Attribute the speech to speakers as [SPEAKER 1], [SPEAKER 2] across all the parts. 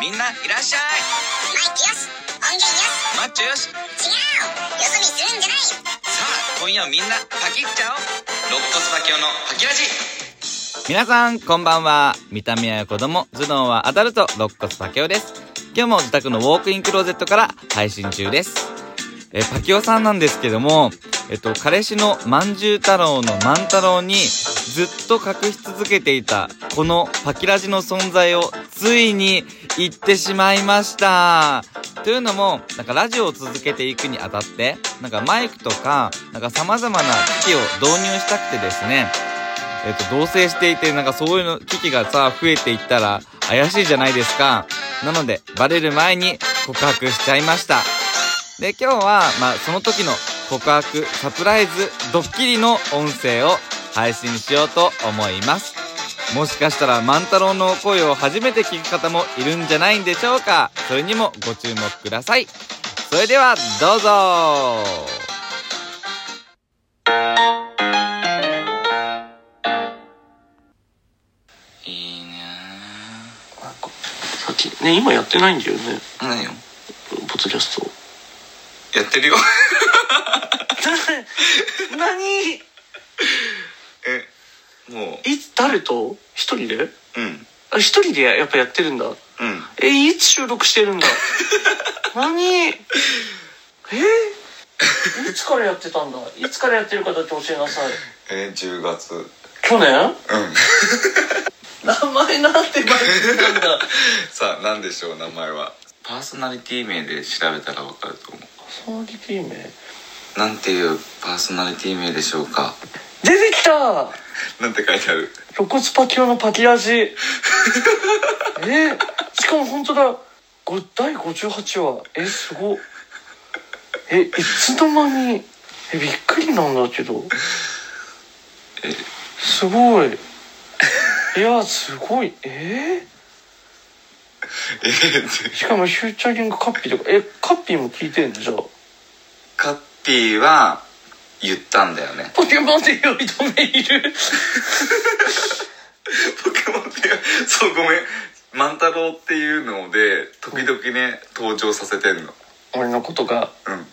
[SPEAKER 1] みんないらっしゃい
[SPEAKER 2] マイクよし音源よし
[SPEAKER 1] マッチョよしさ
[SPEAKER 2] 違うよそ見するんじゃない
[SPEAKER 1] あ今夜はみんなパキっちゃおう肋骨パキオのパキラジ
[SPEAKER 3] 皆さんこんばんは見た目は子供頭脳はアダルト肋骨パケオです今日も自宅のウォークインクローゼットから配信中ですえパケオさんなんですけどもえっと彼氏のまんじゅう太郎の万太郎にずっと隠し続けていたこのパキラジの存在をついに言ってしまいましたというのもなんかラジオを続けていくにあたってなんかマイクとかなんか様々な機器を導入したくてですねえっと、同棲していて、なんかそういうの、危機がさ、増えていったら、怪しいじゃないですか。なので、バレる前に告白しちゃいました。で、今日は、まあ、その時の告白、サプライズ、ドッキリの音声を配信しようと思います。もしかしたら、万太郎の声を初めて聞く方もいるんじゃないんでしょうか。それにもご注目ください。それでは、どうぞ
[SPEAKER 1] いいね
[SPEAKER 4] さっきね今やってないんだよね
[SPEAKER 1] 何よ
[SPEAKER 4] ポツキャスト
[SPEAKER 1] やってるよ
[SPEAKER 4] 何い
[SPEAKER 1] えも
[SPEAKER 4] 誰と一人で
[SPEAKER 1] ううん
[SPEAKER 4] あ一人でややっぱやってるんだ
[SPEAKER 1] うん
[SPEAKER 4] えいつ収録してる んだ何 えいつからやってたんだいつからやってるかだって教えなさい
[SPEAKER 1] え10月うん
[SPEAKER 4] 去年 名前なんて書いてたんだ
[SPEAKER 1] さあ何でしょう名前はパーソナリティ名で調べたらわかると思う
[SPEAKER 4] ソーリピー名
[SPEAKER 1] なんていうパーソナリティ名でしょうか
[SPEAKER 4] 出てきた
[SPEAKER 1] なんて書いてある
[SPEAKER 4] 露骨パキオのパキ ラジえーしかも本当だご第58話えすごえいつの間にえびっくりなんだけど
[SPEAKER 1] え
[SPEAKER 4] すごいいやすごいえ
[SPEAKER 1] えー
[SPEAKER 4] ー、しかもフューチャリングカッピーとかえカッピーも聞いてんのじゃあ
[SPEAKER 1] カッピーは言ったんだよね
[SPEAKER 4] ポケモンで酔い止めいる
[SPEAKER 1] ポケモンってそうごめん万太郎っていうので時々ね登場させてんの
[SPEAKER 4] 俺のことが
[SPEAKER 1] うん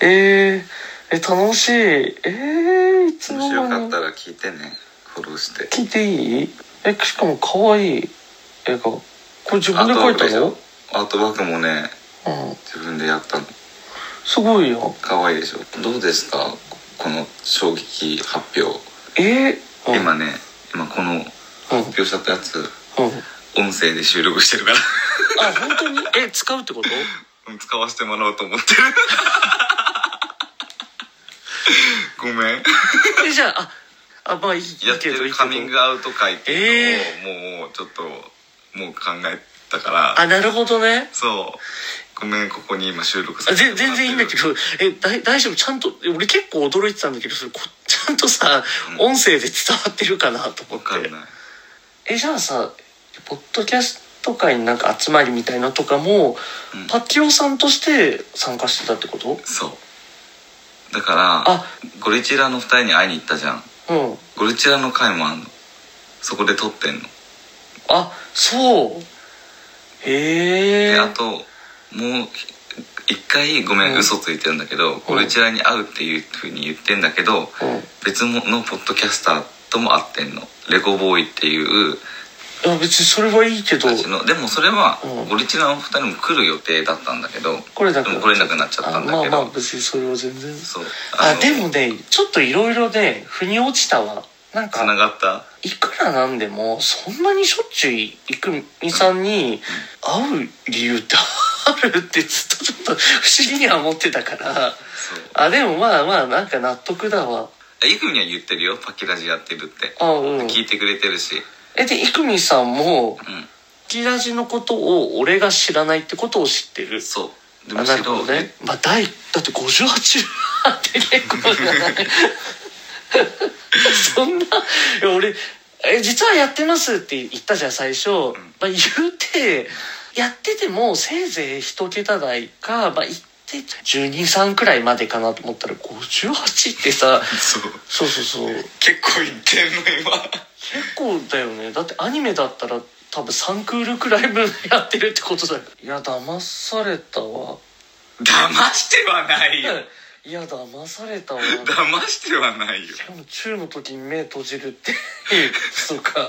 [SPEAKER 4] えー、え楽しいえー、いつの
[SPEAKER 1] もし
[SPEAKER 4] 間
[SPEAKER 1] よ
[SPEAKER 4] に
[SPEAKER 1] かったら聞いてねフォローして
[SPEAKER 4] 聞いていいえしかも可愛い絵がこれ自分で描いたの
[SPEAKER 1] アートバッグもね
[SPEAKER 4] うん
[SPEAKER 1] 自分でやったの
[SPEAKER 4] すごいよ
[SPEAKER 1] 可愛いでしょどうですかこの衝撃発表、
[SPEAKER 4] えー、
[SPEAKER 1] 今ね今この
[SPEAKER 4] うん
[SPEAKER 1] 発表しちゃったやつ
[SPEAKER 4] うん、うん、
[SPEAKER 1] 音声で収録してるから
[SPEAKER 4] あ本当に え使うってこと
[SPEAKER 1] うん使わせてもらおうと思ってる ごめん
[SPEAKER 4] えじゃあああまあいい
[SPEAKER 1] やってるカミングアウト会っていうのをもうちょっともう考えたから
[SPEAKER 4] あなるほどね
[SPEAKER 1] そうごめんここに今収録さ
[SPEAKER 4] あ
[SPEAKER 1] せても
[SPEAKER 4] ぜ
[SPEAKER 1] らってる
[SPEAKER 4] 全然いいんだけどえだい大丈夫ちゃんと俺結構驚いてたんだけどそれこちゃんとさ
[SPEAKER 1] うん
[SPEAKER 4] 音声で伝わってるかなと思
[SPEAKER 1] わ
[SPEAKER 4] っ
[SPEAKER 1] かんな
[SPEAKER 4] て
[SPEAKER 1] い
[SPEAKER 4] えじゃあさポッドキャスト界になんか集まりみたいなとかも、
[SPEAKER 1] うん
[SPEAKER 4] パッキオさんとして参加してたってこと
[SPEAKER 1] そうだから
[SPEAKER 4] あ
[SPEAKER 1] ゴリチラの2人に会いに行ったじゃん
[SPEAKER 4] うん
[SPEAKER 1] ゴリチラの会もあんのそこで撮ってんの
[SPEAKER 4] あそうへ
[SPEAKER 1] で
[SPEAKER 4] え
[SPEAKER 1] あともう一回ごめん、
[SPEAKER 4] うん
[SPEAKER 1] 嘘ついてるんだけど、ゴリチラに会うっていうふうに言ってんだけど、
[SPEAKER 4] う、
[SPEAKER 1] 別のポッドキャスターとも会ってんのレゴボーイっていうん
[SPEAKER 4] あ別にそれはいいけど
[SPEAKER 1] たちのでもそれは
[SPEAKER 4] うん
[SPEAKER 1] ゴリチラの2人も来る予定だったんだけど
[SPEAKER 4] これな
[SPEAKER 1] で
[SPEAKER 4] く
[SPEAKER 1] も来れなくなっちゃったんだけど
[SPEAKER 4] あまあまあ別にそれは全然
[SPEAKER 1] そう
[SPEAKER 4] あ
[SPEAKER 1] の
[SPEAKER 4] でもねちょっといろいろね腑に落ちたわなん
[SPEAKER 1] つな
[SPEAKER 4] か
[SPEAKER 1] がった
[SPEAKER 4] いくらなんでもそんなにしょっちゅう行くみさんに会う理由ってあるってずっとちょっと不思議には思ってたから
[SPEAKER 1] そう
[SPEAKER 4] あでもまあまあなんか納得だわ
[SPEAKER 1] えイグミは言ってるよパキラジやってるって
[SPEAKER 4] あうん
[SPEAKER 1] 聞いてくれてるし
[SPEAKER 4] えでいくみさんも
[SPEAKER 1] うん
[SPEAKER 4] キラジのことを俺が知らないってことを知ってる
[SPEAKER 1] そうで
[SPEAKER 4] あ
[SPEAKER 1] む
[SPEAKER 4] なる
[SPEAKER 1] し
[SPEAKER 4] ほ
[SPEAKER 1] ろ、
[SPEAKER 4] どね
[SPEAKER 1] ね、
[SPEAKER 4] まあ第だって58話って結構じゃない そんないや俺え実はやってますって言ったじゃん最初、まあ、言うてやっててもせいぜい一桁台か、まあ、言って123くらいまでかなと思ったら58ってさ
[SPEAKER 1] そう
[SPEAKER 4] そうそうそう
[SPEAKER 1] 結構言ってんの今
[SPEAKER 4] 結構だよねだってアニメだったら多分3クールくらい分やってるってことだよいや騙されたわ
[SPEAKER 1] 騙してはないよ
[SPEAKER 4] いや騙されたわ
[SPEAKER 1] 騙してはないよ
[SPEAKER 4] しかも中の時に目閉じるってそうか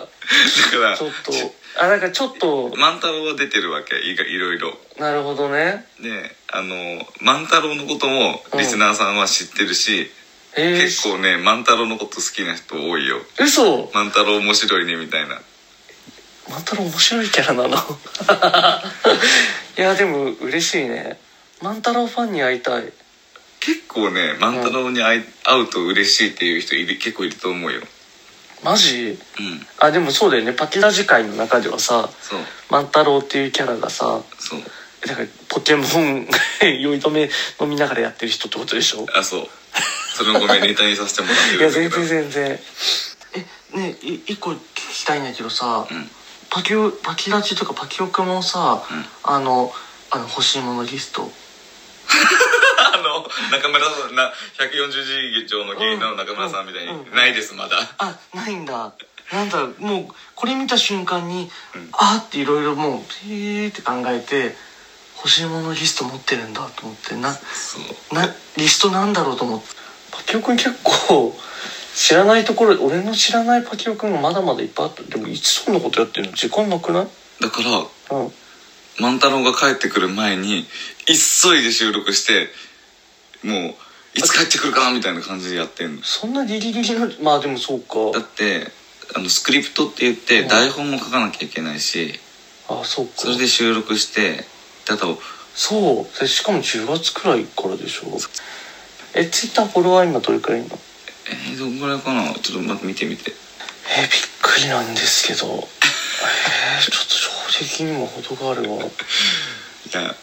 [SPEAKER 1] だから
[SPEAKER 4] ちょっとあなんかちょっと
[SPEAKER 1] 万太郎は出てるわけいがいろいろ
[SPEAKER 4] なるほどね
[SPEAKER 1] であの万太郎のこともリスナーさんは知ってるし、
[SPEAKER 4] えー、
[SPEAKER 1] 結構ね万太郎のこと好きな人多いよ
[SPEAKER 4] 嘘
[SPEAKER 1] 万太郎面白いねみたいな
[SPEAKER 4] 万太郎面白いキャラなのいやでも嬉しいね万太郎ファンに会いたい
[SPEAKER 1] 結構ね万太郎に会い会うと嬉しいっていう人いる結構いると思うよ
[SPEAKER 4] マジ
[SPEAKER 1] うん
[SPEAKER 4] あでもそうだよねパキラジ会の中ではさ
[SPEAKER 1] そう
[SPEAKER 4] 万太郎っていうキャラがさ
[SPEAKER 1] そう
[SPEAKER 4] だからポケモン酔い止め飲みながらやってる人ってことでしょ
[SPEAKER 1] あそうそれもごめんネタにさせてもらって
[SPEAKER 4] いや
[SPEAKER 1] るんだけ
[SPEAKER 4] 全
[SPEAKER 1] ど
[SPEAKER 4] 然全然えねえい一個聞きたいんだけどさ、
[SPEAKER 1] ん
[SPEAKER 4] パキオパキラジとかパキオくんもさ、
[SPEAKER 1] ん
[SPEAKER 4] あのあの欲しいものリスト
[SPEAKER 1] あの中村さんな140字以上の芸人の中村さんみたいに、
[SPEAKER 4] うんうんうん
[SPEAKER 1] ないですまだ
[SPEAKER 4] あないんだなんだもうこれ見た瞬間に、あーっていろいろもうピーって考えて欲しいものリスト持ってるんだと思ってな
[SPEAKER 1] そう
[SPEAKER 4] なリストなんだろうと思ってパキオくん結構知らないところ俺の知らないパキオくんがまだまだいっぱいあったでもいつそんなことやってるの時間なくない
[SPEAKER 1] だから
[SPEAKER 4] うん
[SPEAKER 1] 万太郎が帰ってくる前に急いで収録してもういつ帰ってくるかみたいな感じでやってんの
[SPEAKER 4] そんなギリギリのまあでもそう
[SPEAKER 1] だ
[SPEAKER 4] か
[SPEAKER 1] ってあのスクリプトって言って台本も書かなきゃいけないし
[SPEAKER 4] あそうか
[SPEAKER 1] それで収録してだと
[SPEAKER 4] そうでしかも10月くらいからでしょえツイッターフォロワー今どれくらいいんの
[SPEAKER 1] えー、どんぐらいかなちょっと待って見てみて
[SPEAKER 4] えびっくりなんですけどえー、ちょっと正直にも程があるわ
[SPEAKER 1] いや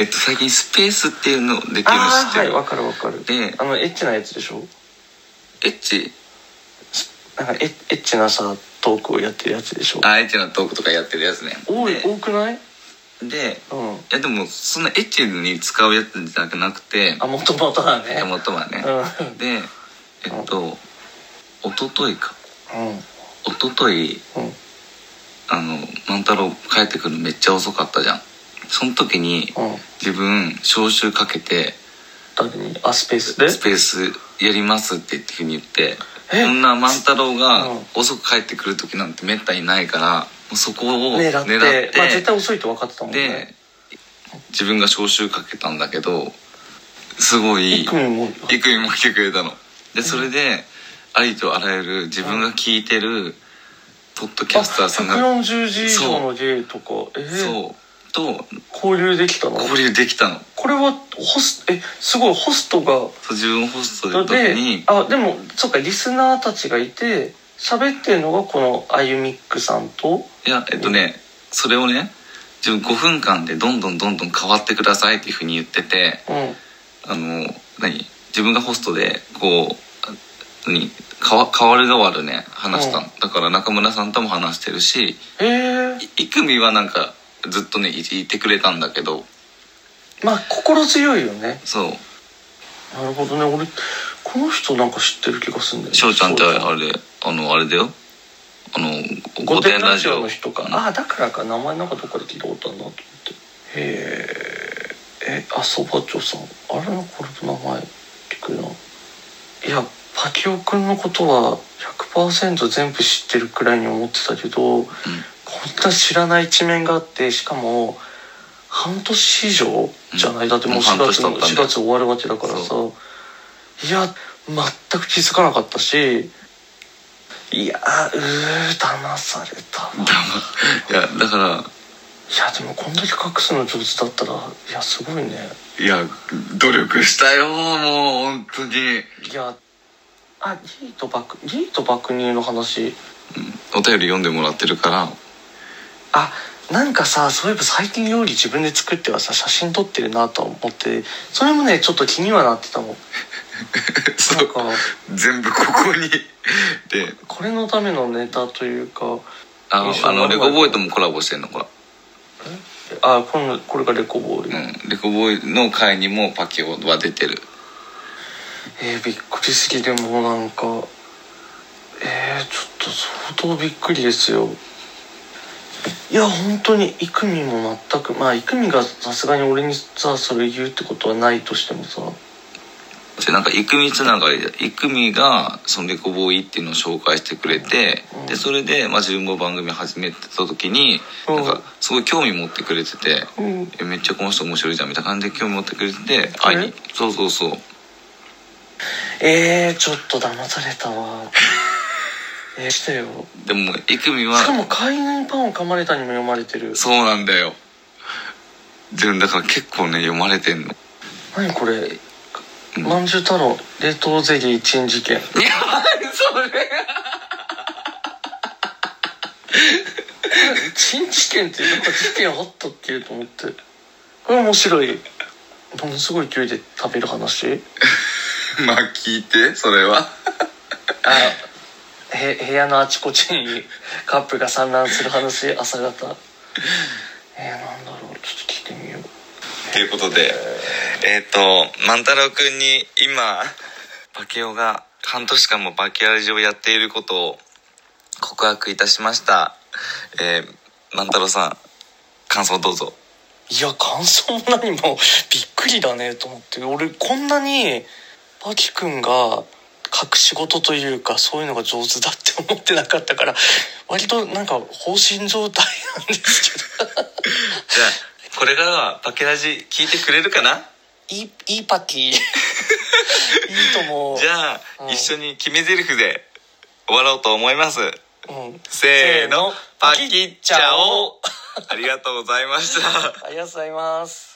[SPEAKER 1] えっと最近スペースっていうのできるの知
[SPEAKER 4] あ
[SPEAKER 1] っ
[SPEAKER 4] あは
[SPEAKER 1] て
[SPEAKER 4] い
[SPEAKER 1] る、
[SPEAKER 4] わかるわかる
[SPEAKER 1] で
[SPEAKER 4] あのエッチなやつでしょ
[SPEAKER 1] エッチ
[SPEAKER 4] なんかエッエッチなさトークをやってるやつでしょ
[SPEAKER 1] あエッチなトークとかやってるやつね
[SPEAKER 4] 多い
[SPEAKER 1] で
[SPEAKER 4] 多くない
[SPEAKER 1] で
[SPEAKER 4] うん
[SPEAKER 1] いやでもそんなエッチに使うやつじゃなくて
[SPEAKER 4] あもともとだね
[SPEAKER 1] 手元はね、
[SPEAKER 4] う
[SPEAKER 1] でえっと一昨日か
[SPEAKER 4] んうん
[SPEAKER 1] 一昨日
[SPEAKER 4] うん
[SPEAKER 1] あの万太郎帰ってくるのめっちゃ遅かったじゃんその時に
[SPEAKER 4] うん
[SPEAKER 1] 自分招集かけて
[SPEAKER 4] 誰にあスペースで
[SPEAKER 1] スペースやりますってっていうふうに言って
[SPEAKER 4] え
[SPEAKER 1] こんな万太郎が
[SPEAKER 4] うん
[SPEAKER 1] 遅く帰ってくる時なんてめったにないからもうそこを狙
[SPEAKER 4] 狙
[SPEAKER 1] っ
[SPEAKER 4] っててまあ絶対遅いと分かってたもん
[SPEAKER 1] で
[SPEAKER 4] ね
[SPEAKER 1] 自分が招集かけたんだけどすごい
[SPEAKER 4] いくみも
[SPEAKER 1] イクミも来てくれたのでそれでありとあらゆる自分が聞いてるポッドキャスターさんが
[SPEAKER 4] 140字以上の芸とかえー、
[SPEAKER 1] そうと
[SPEAKER 4] 交流できたの
[SPEAKER 1] 交流できたの
[SPEAKER 4] これはホスえすごいホストが
[SPEAKER 1] そう自分ホストで
[SPEAKER 4] で
[SPEAKER 1] いた時に
[SPEAKER 4] あでもそっかリスナーたちがいて喋ってるのがこのあゆみっくさんと
[SPEAKER 1] いやえっとねそれをね自分5分間でどんどんどんどん変わってくださいっていうふうに言ってて
[SPEAKER 4] うん
[SPEAKER 1] あの何自分がホストでこう何変わ変わる変わるね話したのだから中村さんとも話してるし
[SPEAKER 4] へえ
[SPEAKER 1] いイクミはなんかずっとねいいてくれたんだけど
[SPEAKER 4] まあ心強いよね
[SPEAKER 1] そう
[SPEAKER 4] なるほどね俺この人なんか知ってる気がするんだよね
[SPEAKER 1] 翔ちゃんって
[SPEAKER 4] そうだ
[SPEAKER 1] あれあのあれだよあの「
[SPEAKER 4] 御
[SPEAKER 1] 御
[SPEAKER 4] 殿
[SPEAKER 1] 殿
[SPEAKER 4] ラ
[SPEAKER 1] ラ
[SPEAKER 4] ジ
[SPEAKER 1] ジ
[SPEAKER 4] オ
[SPEAKER 1] オ」
[SPEAKER 4] の人か
[SPEAKER 1] あ
[SPEAKER 4] ああだからか名前なんかどっかで聞いたことあるなと思ってへええあそばちょさんあれのこれの名前聞くないやパキオくんのことは100%全部知ってるくらいに思ってたけど、こんな知らない一面があってしかも半年以上じゃない、
[SPEAKER 1] うん
[SPEAKER 4] だってもう
[SPEAKER 1] もう半
[SPEAKER 4] 4
[SPEAKER 1] 年経
[SPEAKER 4] 月
[SPEAKER 1] った
[SPEAKER 4] の
[SPEAKER 1] んだよ
[SPEAKER 4] 4月終わるわけだからさいや全く気づかなかったしいやーうー騙されたわ
[SPEAKER 1] いやだから
[SPEAKER 4] いやでもこんだけ隠すの上手だったらいやすごいね
[SPEAKER 1] いや努力したよもう本当に
[SPEAKER 4] いやあリーと爆リーと爆乳の話
[SPEAKER 1] お便り読んでもらってるから
[SPEAKER 4] あなんかさそういえば最近料理自分で作ってはさ写真撮ってるなとは思ってそれもねちょっと気にはなってたもん
[SPEAKER 1] そ
[SPEAKER 4] なん
[SPEAKER 1] う
[SPEAKER 4] か
[SPEAKER 1] 全部ここ にで
[SPEAKER 4] これのためのネタというか
[SPEAKER 1] あの
[SPEAKER 4] 一緒
[SPEAKER 1] あ
[SPEAKER 4] に
[SPEAKER 1] のレコボーイともコラボしてんのほら、
[SPEAKER 4] あこのこれがレコボール、
[SPEAKER 1] うん、レコボーイの回にもパキオは出てる
[SPEAKER 4] えーびっくりすぎてもうなんかえー、ちょっと相当びっくりですよいや本当にイクミも全くまあイクミがさすがに俺にさそれ言うってことはないとしてもさ
[SPEAKER 1] でなんかイクミつながりでイクミがそのレコボーイっていうのを紹介してくれて
[SPEAKER 4] うん
[SPEAKER 1] でそれで、まあ、自分も番組始めてた時に
[SPEAKER 4] うん
[SPEAKER 1] なんかすごい興味持ってくれてて
[SPEAKER 4] うん
[SPEAKER 1] えめっちゃこの人面白いじゃんみたいな感じで興味持ってくれてて会いにそうそうそう
[SPEAKER 4] えー、ちょっと騙されたわ えー、したよ
[SPEAKER 1] でもイクミ
[SPEAKER 4] しか
[SPEAKER 1] は
[SPEAKER 4] も「飼い犬にパンを噛まれた」にも読まれてる
[SPEAKER 1] そうなんだよでもだから結構ね読まれて んの
[SPEAKER 4] 何これ
[SPEAKER 1] うん
[SPEAKER 4] まんじゅう太郎冷凍ゼリーチン事件
[SPEAKER 1] いやそれ
[SPEAKER 4] チン事件ってなんか事件あったっけと思ってこれ面白いものすごい勢いで食べる話
[SPEAKER 1] まあ聞いてそれは
[SPEAKER 4] あへ部屋のあちこちにカップが散乱する話朝方 えー、なんだろうちょっと聞いてみよう
[SPEAKER 1] ということでえっ、と万太郎くんに今バケオが半年間もバケラジをやっていることを告白いたしましたえー、万太郎さん感想どうぞ
[SPEAKER 4] いや感想も何もびっくりだねと思って俺こんなにパキ君が隠し事というかそういうのが上手だって思ってなかったから割となんか放心状態なんですけど
[SPEAKER 1] じゃあこれからはバケラジ聞いてくれるかない
[SPEAKER 4] いいいパティ いいとも
[SPEAKER 1] じゃあ
[SPEAKER 4] うん
[SPEAKER 1] 一緒に決め台詞で終わろうと思います
[SPEAKER 4] うん、
[SPEAKER 1] せー
[SPEAKER 4] せー
[SPEAKER 1] の
[SPEAKER 4] の
[SPEAKER 1] パキッチャ
[SPEAKER 4] パキッ
[SPEAKER 1] オありがとうございました
[SPEAKER 4] ありがとうございます